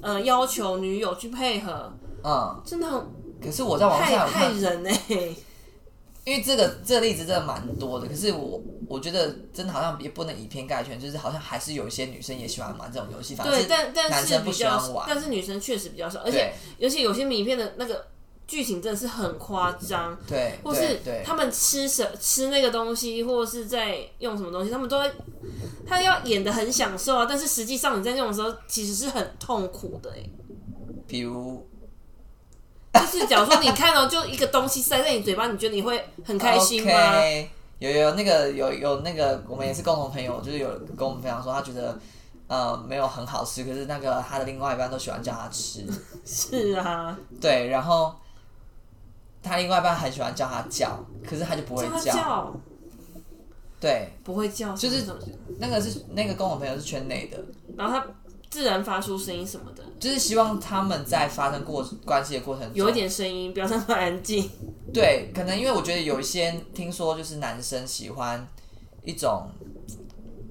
Speaker 2: 呃要求女友去配合，
Speaker 1: 嗯，
Speaker 2: 真的很
Speaker 1: 可是我在网
Speaker 2: 害
Speaker 1: 上有
Speaker 2: 害
Speaker 1: 看，
Speaker 2: 人哎、
Speaker 1: 因为这个这个例子真的蛮多的，可是我我觉得真的好像也不能以偏概全，就是好像还是有一些女生也喜欢玩这种游戏，反正
Speaker 2: 对，
Speaker 1: 是
Speaker 2: 但但
Speaker 1: 男
Speaker 2: 是
Speaker 1: 生不
Speaker 2: 比
Speaker 1: 喜
Speaker 2: 较
Speaker 1: 欢，玩，
Speaker 2: 但是女生确实比较少，而且
Speaker 1: 对
Speaker 2: 尤其有些名片的那个剧情真的是很夸张，
Speaker 1: 对，
Speaker 2: 或
Speaker 1: 对
Speaker 2: 是
Speaker 1: 对
Speaker 2: 他们吃什吃那个东西，或者是在用什么东西，他们都会他要演的很享受啊，但是实际上你在用的时候其实是很痛苦的、欸，
Speaker 1: 比如
Speaker 2: 就是假如说你看到、就一个东西塞在你嘴巴，你觉得你会很开心吗
Speaker 1: OK，有有有那个呃有有那个，我们也是共同朋友，就是有跟我们分享说，他觉得呃没有很好吃，可是那个他的另外一半都喜欢叫他吃，
Speaker 2: 是啊，
Speaker 1: 对，然后他另外一半很喜欢叫他叫，可是他就不会
Speaker 2: 叫他
Speaker 1: 叫，
Speaker 2: 叫
Speaker 1: 对，
Speaker 2: 不会叫，
Speaker 1: 就是
Speaker 2: 什么什么
Speaker 1: 那个是那个共同朋友是圈内的，
Speaker 2: 然后他自然发出声音什么的，
Speaker 1: 就是希望他们在发生过关系的过程中，
Speaker 2: 有一点声音，不要那么安静。
Speaker 1: 对，可能因为我觉得有一些听说就是男生喜欢一种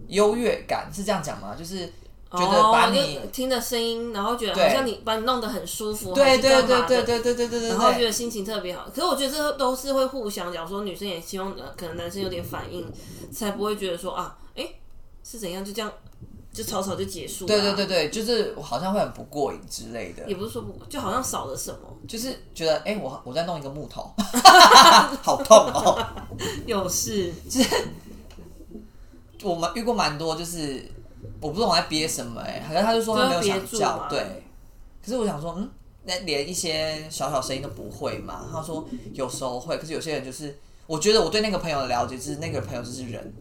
Speaker 1: 优越感，是这样讲吗？就是觉得把
Speaker 2: 哦
Speaker 1: 你
Speaker 2: 就听的声音，然后觉得
Speaker 1: 对
Speaker 2: 好像你把你弄得很舒服，还
Speaker 1: 对
Speaker 2: 是
Speaker 1: 对
Speaker 2: 干
Speaker 1: 对
Speaker 2: 嘛
Speaker 1: 对
Speaker 2: 的
Speaker 1: 对对对对对
Speaker 2: 然后觉
Speaker 1: 对，
Speaker 2: 得心情特别好。可是我觉得这都是会互相讲说，女生也希望呃可能男生有点反应，才不会觉得说啊，哎、是怎样就这样就草草就结束、啊。
Speaker 1: 对对对，对，就是我好像会很不过瘾之类的，
Speaker 2: 也不是说不，就好像少了什么，
Speaker 1: 就是觉得哎、我我在弄一个木 头， 好痛哦。
Speaker 2: 有事
Speaker 1: 我们遇过蛮多，就是我不知道我在憋什么哎、好像他就说他没有想
Speaker 2: 就是憋住嘛
Speaker 1: 叫，对。可是我想说，嗯，那连一些小小声音都不会嘛？他说有时候会，可是有些人就是，我觉得我对那个朋友的了解就是那个朋友就是忍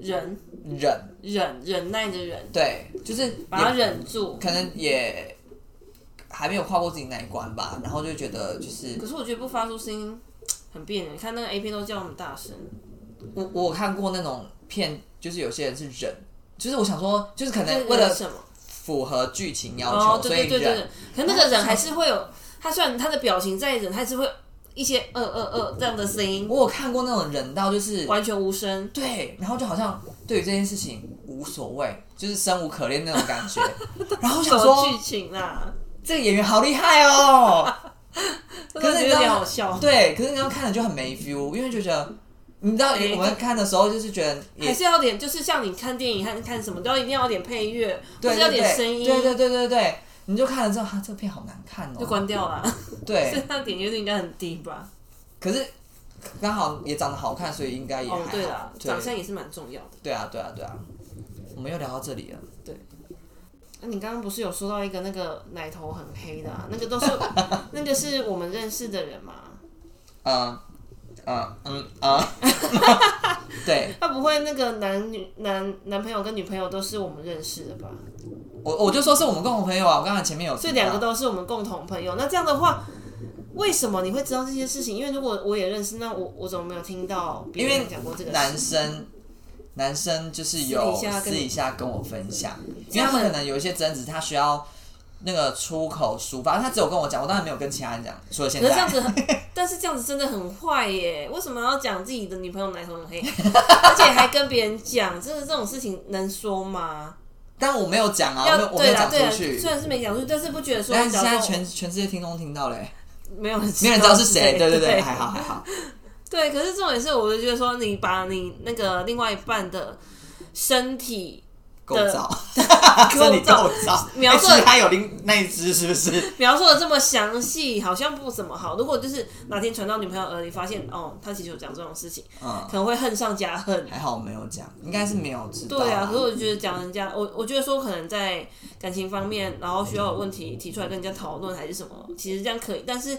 Speaker 2: 忍
Speaker 1: 忍，
Speaker 2: 忍忍耐着忍，
Speaker 1: 对，就是
Speaker 2: 把它
Speaker 1: 也
Speaker 2: 忍住。
Speaker 1: 可能也还没有跨过自己那一关吧，然后就觉得就是
Speaker 2: 可是我觉得不发出声音很别扭，你看那个 A 片都叫我们大声，
Speaker 1: 我我有看过那种片，就是有些人是忍，就是我想说，就是可
Speaker 2: 这
Speaker 1: 能
Speaker 2: 个
Speaker 1: 为了
Speaker 2: 是什么？
Speaker 1: 符合剧情要
Speaker 2: 哦，
Speaker 1: 求，所以
Speaker 2: 对对对对
Speaker 1: 忍
Speaker 2: 对，可那个人还是会有，他虽然他的表情在忍，他还是会一些呃呃呃这样的声音，
Speaker 1: 我有看过那种忍到就是
Speaker 2: 完全无声。
Speaker 1: 对，然后就好像对于这件事情无所谓，就是生无可恋那种感觉。然后我
Speaker 2: 什
Speaker 1: 想
Speaker 2: 么
Speaker 1: 说，
Speaker 2: 剧情啊啦？
Speaker 1: 这个演员好厉害哦。
Speaker 2: 可
Speaker 1: 是你
Speaker 2: 有
Speaker 1: 知道
Speaker 2: 点好笑，
Speaker 1: 对，可是你刚看了就很没 feel，因为就觉得，你知道
Speaker 2: 哎
Speaker 1: 我们看的时候就是觉得
Speaker 2: 还
Speaker 1: 也
Speaker 2: 是要点，就是像你看电影看看什么，都要一定要有点配乐，或
Speaker 1: 对
Speaker 2: 是要
Speaker 1: 对
Speaker 2: 点声音，
Speaker 1: 对对对对对对，你就看了之后，哈、这个片好难看
Speaker 2: 就
Speaker 1: 哦。
Speaker 2: 关掉了。 所
Speaker 1: 对
Speaker 2: 以，他的点阅率应该很低吧？
Speaker 1: 可是刚好也长得好看，所以应该也还好。
Speaker 2: 哦，对了，
Speaker 1: 对
Speaker 2: 长相也是蛮重要的。
Speaker 1: 对啊，对啊，对啊，我们又聊到这里了。
Speaker 2: 那你刚刚不是有说到一个那个奶头很黑的、啊，那个都是 那个是我们认识的人嘛？
Speaker 1: 嗯嗯嗯嗯， 对
Speaker 2: 他不会那个男女男男朋友跟女朋友都是我们认识的吧？
Speaker 1: 我我就说是我们共同朋友啊，我刚才前面有提
Speaker 2: 所
Speaker 1: 到，
Speaker 2: 以两个都是我们共同朋友。那这样的话，为什么你会知道这些事情？因为如果我也认识，那我我怎么没有听到别
Speaker 1: 因为
Speaker 2: 人讲过这个
Speaker 1: 男
Speaker 2: 事？
Speaker 1: 生男生就是有
Speaker 2: 私底下
Speaker 1: 私
Speaker 2: 跟
Speaker 1: 底下跟我分享，因
Speaker 2: 这
Speaker 1: 为
Speaker 2: 样
Speaker 1: 他们可能有一些争执，他需要那个出口抒发，他只有跟我讲，我当然没有跟其他人讲，除了现
Speaker 2: 可是这
Speaker 1: 在
Speaker 2: 样。子很，但是这样子真的很坏耶！为什么要讲自己的女朋友奶头很 黑，而且还跟别人讲？真的这种事情能说吗？
Speaker 1: 但我没有讲啊，我
Speaker 2: 要
Speaker 1: 没有我没
Speaker 2: 对
Speaker 1: 有
Speaker 2: 啦
Speaker 1: 讲
Speaker 2: 对啦，
Speaker 1: 出去
Speaker 2: 虽。然是没讲出去，但是不觉得说，
Speaker 1: 但是现
Speaker 2: 假
Speaker 1: 在
Speaker 2: 如说
Speaker 1: 全全世界听众听到嘞、
Speaker 2: 没有人
Speaker 1: 没有人知道是谁。对
Speaker 2: 对
Speaker 1: 对对，还好还好。
Speaker 2: 对，可是重点是，我就觉得说，你把你那个另外一半的身体
Speaker 1: 构
Speaker 2: 的
Speaker 1: 造，这里构造，
Speaker 2: 描述
Speaker 1: 哎是他有另那一只是不是？
Speaker 2: 描述的这么详细，好像不怎么好。如果就是哪天传到女朋友耳里，发现哦，她其实有讲这种事情，
Speaker 1: 嗯，
Speaker 2: 可能会恨上加恨。
Speaker 1: 还好我没有讲，应该是没有知道啦。
Speaker 2: 对啊，可是我觉得讲人家，我我觉得说可能在感情方面，然后需要有问题提出来跟人家讨论还是什么，其实这样可以，但是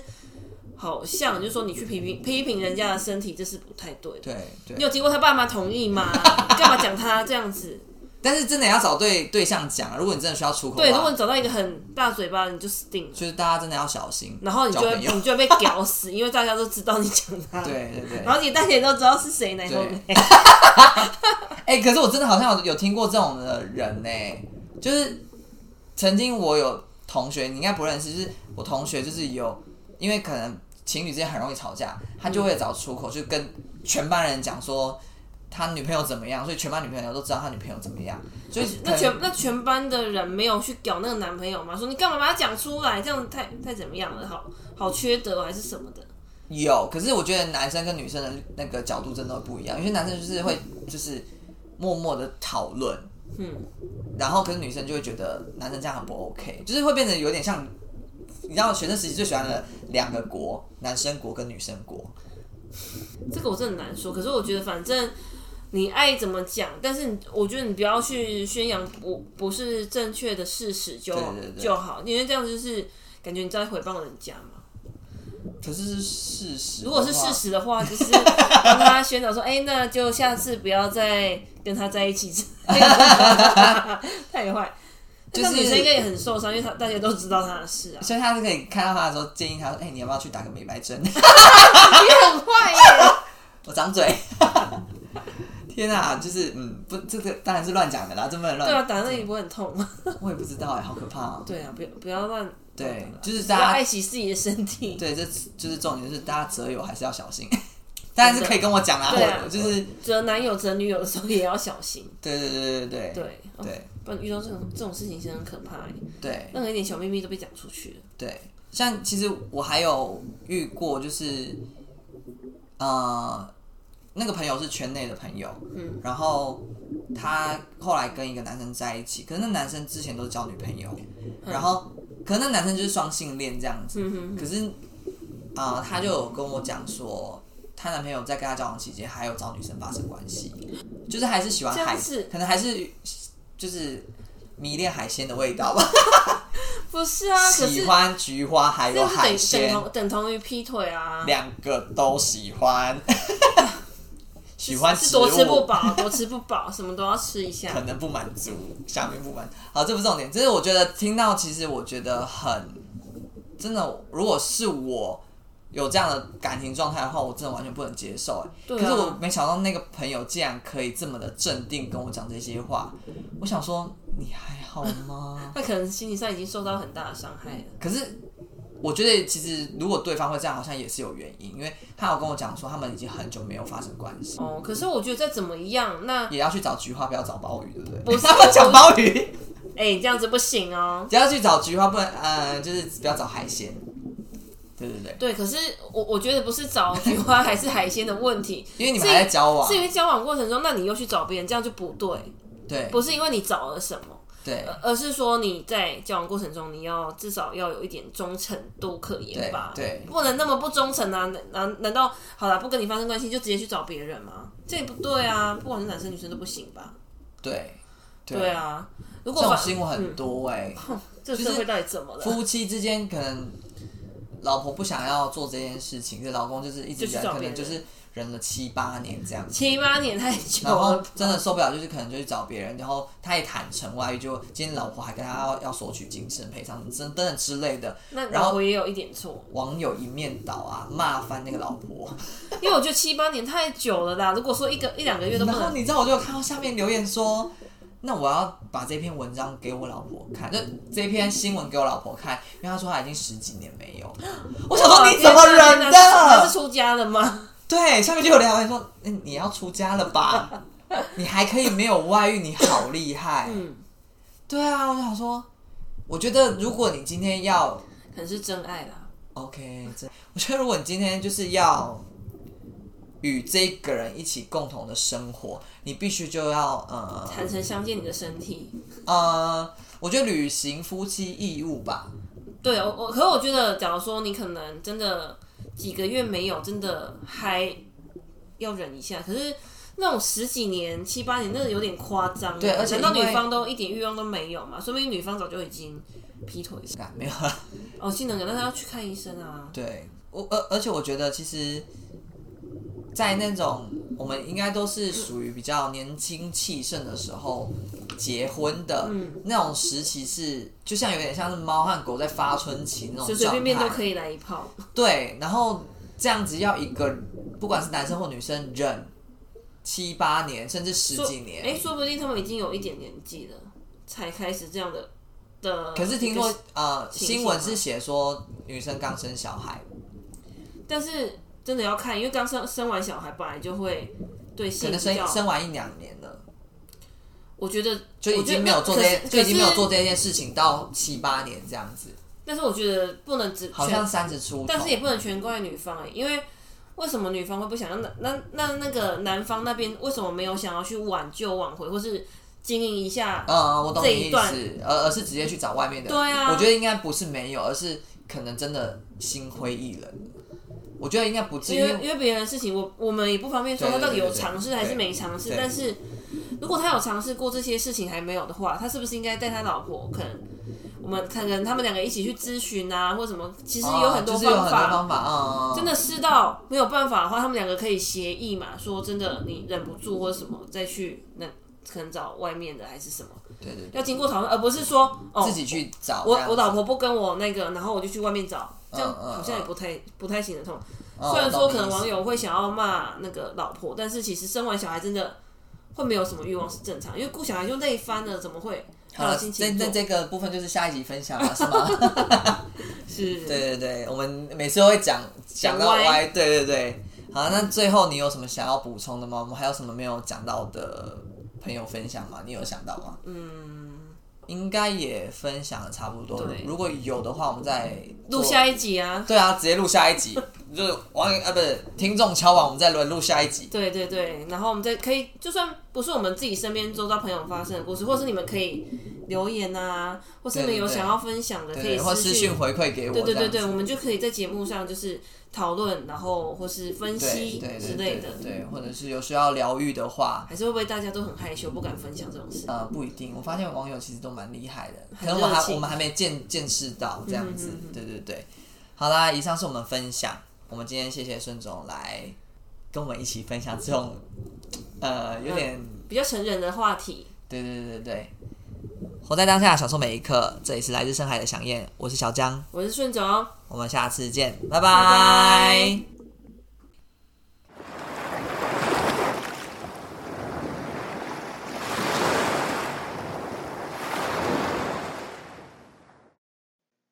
Speaker 2: 好像就是说你去批评批评人家的身体，这是不太对的。
Speaker 1: 对对
Speaker 2: 你有经过他爸妈同 意吗？你干嘛讲他这样子？
Speaker 1: 但是真的要找对对象讲啊，如果你真的需要出口的话，
Speaker 2: 对，如果你找到一个很大嘴巴的，你就死定了。
Speaker 1: 就是大家真的要小心，
Speaker 2: 然后你就
Speaker 1: 交
Speaker 2: 会
Speaker 1: 朋友
Speaker 2: 你就会被屌死，因为大家都知道你讲他。
Speaker 1: 对对对。
Speaker 2: 然后你大家也都知道是谁奶头妹，
Speaker 1: 哎、可是我真的好像有有听过这种的人呢、就是曾经我有同学，你应该不认识，就是我同学就是有，因为可能情侣之间很容易吵架，他就会找出口去跟全班人讲说他女朋友怎么样，所以全班女朋友都知道他女朋友怎么样，所以可
Speaker 2: 那
Speaker 1: 能
Speaker 2: 全那全班的人没有去屌那个男朋友吗？说你干嘛把他讲出来，这样太太怎么样了？好好缺德还是什么的？
Speaker 1: 有，可是我觉得男生跟女生的那个角度真的会不一样，有些男生就是会就是默默的讨论，
Speaker 2: 嗯，
Speaker 1: 然后可是女生就会觉得男生这样很不 OK，就是会变得有点像，你知道学生时期最喜欢的两个国，男生国跟女生国，
Speaker 2: 这个我真的很难说。可是我觉得反正你爱怎么讲，但是你我觉得你不要去宣扬不不是正确的事实就
Speaker 1: 对对对
Speaker 2: 就好，因为这样就是感觉你在诽谤人家嘛。
Speaker 1: 可是是事实。
Speaker 2: 如果是事，实的话，就是 让他宣导说，哎、那就下次不要再跟他在一起， 太坏。
Speaker 1: 就是
Speaker 2: 那女生应该也很受伤，因为她大家都知道她的事啊，
Speaker 1: 所以他是可以看到他的时候建议他说：“哎、你要不要去打个美白针？
Speaker 2: 也很坏耶。
Speaker 1: 我张嘴。”天啊，就是嗯，不，这个当然是乱讲的啦，这不能乱。
Speaker 2: 对啊， 打那里不会很痛吗？
Speaker 1: 我也不知道哎、好可怕哦、
Speaker 2: 对啊，不要不要乱，
Speaker 1: 对，就是
Speaker 2: 啊要
Speaker 1: 大家
Speaker 2: 爱惜自己的身 体。
Speaker 1: 对，这就是重点，就是大家择友还是要小心。当然是可以跟我讲啦，
Speaker 2: 对啊
Speaker 1: 我就是
Speaker 2: 择男友择女友的时候也要小心。
Speaker 1: 对对对对对
Speaker 2: 对，哦
Speaker 1: 对，
Speaker 2: 不然遇到这种这种事情是很可怕、
Speaker 1: 哎
Speaker 2: 欸，
Speaker 1: 对
Speaker 2: 任何一点小秘密都被讲出去了。
Speaker 1: 对，像其实我还有遇过，就是呃，那个朋友是圈内的朋友，嗯，然后他后来跟一个男生在一起，可是那男生之前都是交女朋友，然后可是那男生就是双性恋这样子，
Speaker 2: 嗯哼，
Speaker 1: 可是啊、呃他就有跟我讲说。她男朋友在跟她交往期间，还有找女生发生关系，就是还是喜欢
Speaker 2: 这样
Speaker 1: 海，
Speaker 2: 是
Speaker 1: 可能还是就是迷恋海鲜的味道吧。
Speaker 2: 不是啊， 可
Speaker 1: 喜
Speaker 2: 是
Speaker 1: 欢菊花还
Speaker 2: 这
Speaker 1: 有
Speaker 2: 是等
Speaker 1: 海
Speaker 2: 等
Speaker 1: 鲜，
Speaker 2: 同等同于劈腿啊，
Speaker 1: 两个都喜欢。喜欢
Speaker 2: 是
Speaker 1: 植物
Speaker 2: 多吃不饱，多吃不饱，什么都要吃一
Speaker 1: 可
Speaker 2: 下。
Speaker 1: 能不满足，下面不满。好，这不是重点，这是我觉得听到，其实我觉得很真的，如果是我有这样的感情状态的话，我真的完全不能接受。哎
Speaker 2: 对
Speaker 1: 可是我
Speaker 2: 啊，
Speaker 1: 没想到那个朋友竟然可以这么的镇定跟我讲这些话，我想说你还好吗？
Speaker 2: 他可能心理上已经受到很大的伤害了。
Speaker 1: 可是我觉得，其实如果对方会这样，好像也是有原因，因为他有跟我讲说，他们已经很久没有发生关系，
Speaker 2: 哦，可是我觉得再怎么样，那
Speaker 1: 也要去找菊花，不要找鲍鱼，对不 对？
Speaker 2: 不是
Speaker 1: 他们讲鲍鱼，
Speaker 2: 哎、你这样子不行哦。
Speaker 1: 只要去找菊花，不然呃，就是不要找海鲜。对对对，
Speaker 2: 对，可是我我觉得不是找菊花还是海鲜的 问题，
Speaker 1: 因为你们还在交往
Speaker 2: 是，因为交往过程中，那你又去找别人，这样就不对。
Speaker 1: 对
Speaker 2: 不是因为你找了什么，
Speaker 1: 对
Speaker 2: 而而是说你在交往过程中，你要至少要有一点忠诚度可言吧？
Speaker 1: 对对
Speaker 2: 不能那么不忠诚啊！难难难道好了不跟你发生关系就直接去找别人吗？这也不对啊！不管是男生女生都不行吧？
Speaker 1: 对
Speaker 2: 对，啊，
Speaker 1: 这
Speaker 2: 如果嗯
Speaker 1: 种
Speaker 2: 把
Speaker 1: 新闻很多哎、
Speaker 2: 这个社会到底怎么了？
Speaker 1: 夫妻之间可能老婆不想要做这件事情，这老公就是一直
Speaker 2: 就去
Speaker 1: 忍，
Speaker 2: 找
Speaker 1: 可
Speaker 2: 别
Speaker 1: 能
Speaker 2: 人
Speaker 1: 就是忍了七八年这样子。
Speaker 2: 七八年太久
Speaker 1: 然后
Speaker 2: 了，
Speaker 1: 真的受不了，就是可能就去找别人，然后他也坦诚外遇，就今天老婆还跟他要要索取精神赔偿等等之类的，
Speaker 2: 那
Speaker 1: 然后
Speaker 2: 老婆也有一点错，
Speaker 1: 网友一面倒啊，骂翻那个老婆。
Speaker 2: 因为我觉得七八年太久了啦。如果说一个一两个月都不
Speaker 1: 然后
Speaker 2: 能，
Speaker 1: 你知道，我就有看到下面留言说，那我要把这篇文章给我老婆看，就这篇新闻给我老婆看，因为他说他已经十几年没有。 我想说
Speaker 2: 哇
Speaker 1: 你怎么
Speaker 2: 天哪
Speaker 1: 忍
Speaker 2: 那
Speaker 1: 的
Speaker 2: 是？出家了吗？
Speaker 1: 对，下面就有留言说，嗯你要出家了吧？你还可以没有外遇，你好厉害。
Speaker 2: 嗯，
Speaker 1: 对啊，我想说，我觉得如果你今天要
Speaker 2: 可能是真爱啦。
Speaker 1: OK，这我觉得如果你今天就是要与这个人一起共同的生活，你必须就要呃
Speaker 2: 坦诚相见你的身体。
Speaker 1: 呃，我觉得履行夫妻义务吧。
Speaker 2: 对我我，可是我觉得，假如说你可能真的几个月没有，真的还要忍一下。可是那种十几年、七八年，那有点夸张。欸
Speaker 1: 对而且
Speaker 2: 难道
Speaker 1: 因为
Speaker 2: 女方都一点欲望都没有嘛？说明女方早就已经劈腿了。
Speaker 1: 啊，没有了。
Speaker 2: 哦，性能感，但是要去看医生啊。
Speaker 1: 对我，而而且我觉得其实，在那种我们应该都是属于比较年轻气盛的时候结婚的、
Speaker 2: 嗯
Speaker 1: 那种时期是，就像有点像是猫和狗在发春期那种
Speaker 2: 随
Speaker 1: 状态，
Speaker 2: 随便便都可以来一炮，
Speaker 1: 对，然后这样子要一个，不管是男生或女生，忍七八年甚至十
Speaker 2: 说
Speaker 1: 几年。
Speaker 2: 哎、说不定他们已经有一点年纪了，才开始这样的的。
Speaker 1: 可是听说，呃，
Speaker 2: 情形
Speaker 1: 新闻是
Speaker 2: 吗
Speaker 1: 写说女生刚生小孩，
Speaker 2: 但是真的要看，因为刚生生完小孩，本来就会对
Speaker 1: 可
Speaker 2: 性
Speaker 1: 能
Speaker 2: 比
Speaker 1: 生
Speaker 2: 较
Speaker 1: 生完一两年了，
Speaker 2: 我觉得
Speaker 1: 就已经没有做这
Speaker 2: 些
Speaker 1: 件，，就已经没有做
Speaker 2: 可是。
Speaker 1: 这件事情到七八年这样子，
Speaker 2: 但是我觉得不能只
Speaker 1: 好像三十出头。
Speaker 2: 但是也不能全怪女方、欸，因为为什么女方会不想要？那那那那个男方那边为什么没有想要去挽救、挽回，或是经营一下？
Speaker 1: 呃，我懂你
Speaker 2: 这一
Speaker 1: 意
Speaker 2: 段
Speaker 1: 思，而而是直接去找外面的人。
Speaker 2: 对啊
Speaker 1: 我觉得应该不是没有，而是可能真的心灰意冷。我觉得应该不至于
Speaker 2: 因为因为别人的事情，我我们也不方便说
Speaker 1: 对
Speaker 2: 他
Speaker 1: 对
Speaker 2: 到底有
Speaker 1: 对对
Speaker 2: 尝试还是
Speaker 1: 对
Speaker 2: 没尝试
Speaker 1: 对。
Speaker 2: 但是如果他有尝试过这些事情还没有的话，他是不是应该带他老婆？可能我们可能他们两个一起去咨询啊，或什么？其实有很多
Speaker 1: 哦啊就是有
Speaker 2: 方
Speaker 1: 很多
Speaker 2: 法，
Speaker 1: 方法，嗯，嗯
Speaker 2: 真的试到没有办法的话，他们两个可以协议嘛，说真的你忍不住或者什么再去那可能找外面的还是什么，
Speaker 1: 对对对，
Speaker 2: 要经过讨论，而不是说哦
Speaker 1: 自己去找
Speaker 2: 我
Speaker 1: 这样子。
Speaker 2: 我老婆不跟我那个，然后我就去外面找，这样
Speaker 1: 嗯嗯
Speaker 2: 好像也不太不太行得通。
Speaker 1: 嗯
Speaker 2: 虽然说可能
Speaker 1: 我懂
Speaker 2: 网
Speaker 1: 你意思
Speaker 2: 友会想要骂那个老婆，但是其实生完小孩真的会没有什么欲望是正常，因为顾小孩就累翻了，怎么会还
Speaker 1: 好
Speaker 2: 有
Speaker 1: 了，
Speaker 2: 心
Speaker 1: 这
Speaker 2: 情
Speaker 1: 呃这
Speaker 2: 做？
Speaker 1: 这个部分就是下一集分享了，是吗？
Speaker 2: 是，
Speaker 1: 对对对，我们每次都会讲讲到
Speaker 2: 讲歪
Speaker 1: 歪，对对对。好，那最后你有什么想要补充的吗？我们还有什么没有讲到的朋友分享吗？你有想到吗？
Speaker 2: 嗯，
Speaker 1: 应该也分享的差不多
Speaker 2: 对。
Speaker 1: 如果有的话，我们再做
Speaker 2: 录下一集啊。
Speaker 1: 对啊，直接录下一集， 就是网友啊，不是听众敲完，我们再轮录下一集。
Speaker 2: 对对对，然后我们再可以，就算不是我们自己身边周遭朋友发生的故事，或是你们可以留言啊，或是你们
Speaker 1: 对对
Speaker 2: 有
Speaker 1: 对
Speaker 2: 想要分享的，可以
Speaker 1: 对，或私
Speaker 2: 讯
Speaker 1: 讯回馈给我。
Speaker 2: 对对对
Speaker 1: 这
Speaker 2: 对，
Speaker 1: 样
Speaker 2: 我
Speaker 1: 子
Speaker 2: 们就可以在节目上就是讨论，然后或是分析
Speaker 1: 对对
Speaker 2: 之
Speaker 1: 对
Speaker 2: 类
Speaker 1: 对
Speaker 2: 的。
Speaker 1: 对，对或者是有需要疗愈的话，
Speaker 2: 还是会不会大家都很害羞，不敢分享这种事？
Speaker 1: 呃，不一定。我发现网友其实都蛮厉害的，可
Speaker 2: 嗯很
Speaker 1: 能我
Speaker 2: 热
Speaker 1: 还
Speaker 2: 情
Speaker 1: 我们还没见见识到这样子。
Speaker 2: 嗯嗯
Speaker 1: 对对对，好啦，以上是我们分享。我们今天谢谢孙总来跟我们一起分享这种呃
Speaker 2: 嗯
Speaker 1: 有点、
Speaker 2: 比较成人的话题，
Speaker 1: 对对对对对，活在当下，享受每一刻。这里是来自深海的响燕，我是小江，
Speaker 2: 哦我是顺总，
Speaker 1: 我们下次见，拜
Speaker 2: 拜拜
Speaker 1: 拜